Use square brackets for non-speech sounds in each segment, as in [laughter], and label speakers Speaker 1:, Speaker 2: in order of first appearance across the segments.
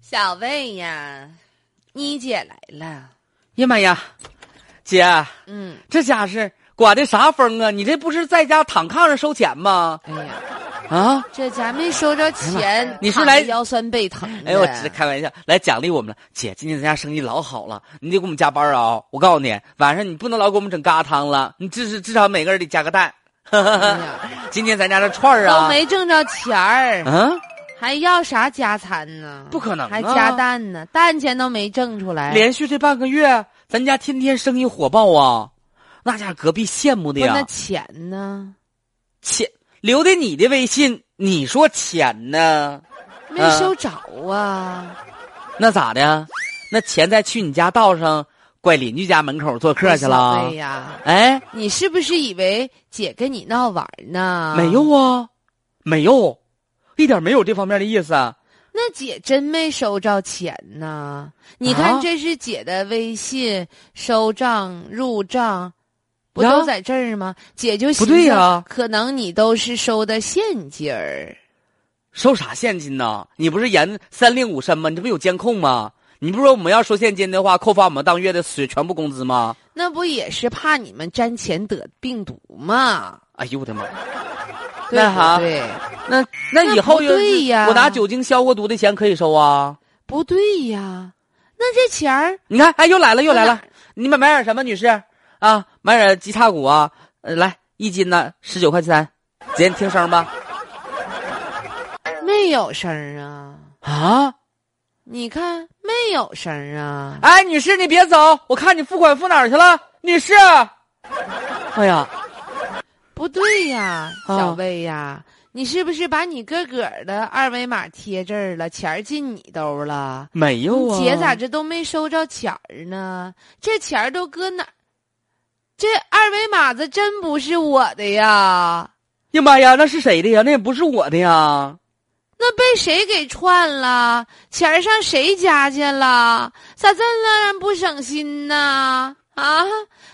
Speaker 1: 小魏呀，你姐来了。
Speaker 2: 呀妈呀，姐，
Speaker 1: 嗯，
Speaker 2: 这家是刮的啥风啊？你这不是在家躺炕上收钱吗？
Speaker 1: 哎呀，
Speaker 2: 啊，
Speaker 1: 这咱没收着钱，
Speaker 2: 哎你是来
Speaker 1: 躺着腰酸背疼的。
Speaker 2: 哎呦，我这开玩笑，来奖励我们了。姐，今天咱家生意老好了，你得给我们加班啊、我告诉你，晚上你不能老给我们整疙瘩汤了，你至少至少每个人得加个蛋。
Speaker 1: 哎呀
Speaker 2: [laughs] 今天咱家这串儿
Speaker 1: 嗯都
Speaker 2: 啊，
Speaker 1: 没挣着钱儿，
Speaker 2: 啊，
Speaker 1: 还要啥加餐呢？
Speaker 2: 不可能啊
Speaker 1: 还加蛋呢，蛋钱都没挣出来。
Speaker 2: 连续这半个月，咱家天天生意火爆啊，那家隔壁羡慕的
Speaker 1: 不是那
Speaker 2: 呀。
Speaker 1: 钱呢？
Speaker 2: 钱留的你的微信，你说钱呢？嗯
Speaker 1: 没收着啊！
Speaker 2: 那咋的？那钱在去你家道上，拐邻居家门口做客去了
Speaker 1: 对？呀，
Speaker 2: 哎，
Speaker 1: 你是不是以为姐跟你闹玩呢？
Speaker 2: 没有啊，没有，一点没有这方面的意思啊。
Speaker 1: 那姐真没收着钱呐！你
Speaker 2: 啊
Speaker 1: 看，这是姐的微信收账入账，不
Speaker 2: 呀
Speaker 1: 都在这儿吗？姐就
Speaker 2: 不对
Speaker 1: 寻思
Speaker 2: 呀
Speaker 1: 可能你都是收的现金儿。
Speaker 2: 收啥现金呢？你不是严三令五申吗？你这不有监控吗？你不是说我们要收现金的话，扣发我们当月的水全部工资吗？
Speaker 1: 那不也是怕你们沾钱得病毒吗？
Speaker 2: 哎呦我的妈！
Speaker 1: 对
Speaker 2: 那啥
Speaker 1: 不对？
Speaker 2: 那那
Speaker 1: 那
Speaker 2: 以后
Speaker 1: 不
Speaker 2: 要
Speaker 1: 对呀
Speaker 2: 我拿酒精消过毒的钱可以收啊？
Speaker 1: 不对呀，那这钱儿
Speaker 2: 你看，哎，又来了，又来
Speaker 1: 在
Speaker 2: 了
Speaker 1: 哪儿。
Speaker 2: 你们买点什么，女士？啊，买点鸡叉骨啊，呃、来一斤呢，十九块三。姐，你听声吧。
Speaker 1: 没有声儿啊！
Speaker 2: 啊，
Speaker 1: 你看没有声儿啊！
Speaker 2: 哎，女士，你别走，我看你付款付哪儿去了，女士。哎呀，
Speaker 1: 不对呀，
Speaker 2: 啊
Speaker 1: 小魏呀，你是不是把你个个儿的二维码贴这儿了？钱儿进你兜了？
Speaker 2: 没有啊，
Speaker 1: 你姐咋这都没收着钱儿呢？这钱儿都搁哪儿？这二维码子真不是我的呀，
Speaker 2: 呀妈呀，那是谁的呀？那也不是我的呀。
Speaker 1: 那被谁给串了？钱儿上谁家去了？咋这么不省心呢？啊，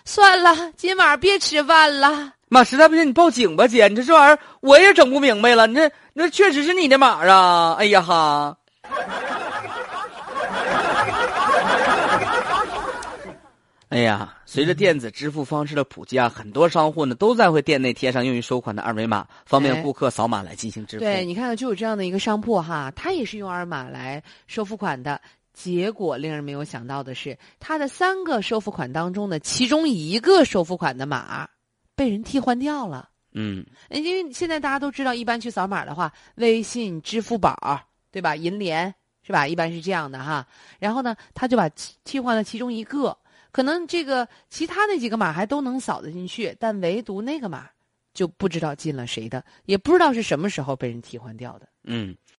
Speaker 1: 算了，今晚儿别吃饭了。
Speaker 2: 妈，实在不行你报警吧，姐，你这这玩意儿我也整不明白了，你这那确实是你的码啊！哎呀哈，哎呀，随着电子支付方式的普及啊，很多商户呢都在为店内贴上用于收款的二维码，方便
Speaker 1: 哎
Speaker 2: 顾客扫码来进行支付。
Speaker 1: 对，你看看，就有这样的一个商铺哈，他也是用二维码来收付款的。结果令人没有想到的是，他的三个收付款当中的其中一个收付款的码被人替换掉了。
Speaker 2: 嗯，
Speaker 1: 因为现在大家都知道，一般去扫码的话，微信、支付宝，对吧？银联是吧？一般是这样的哈。然后呢，他就把其替换了其中一个，可能这个其他那几个码还都能扫得进去，但唯独那个码就不知道进了谁的，也不知道是什么时候被人替换掉的。
Speaker 2: 嗯。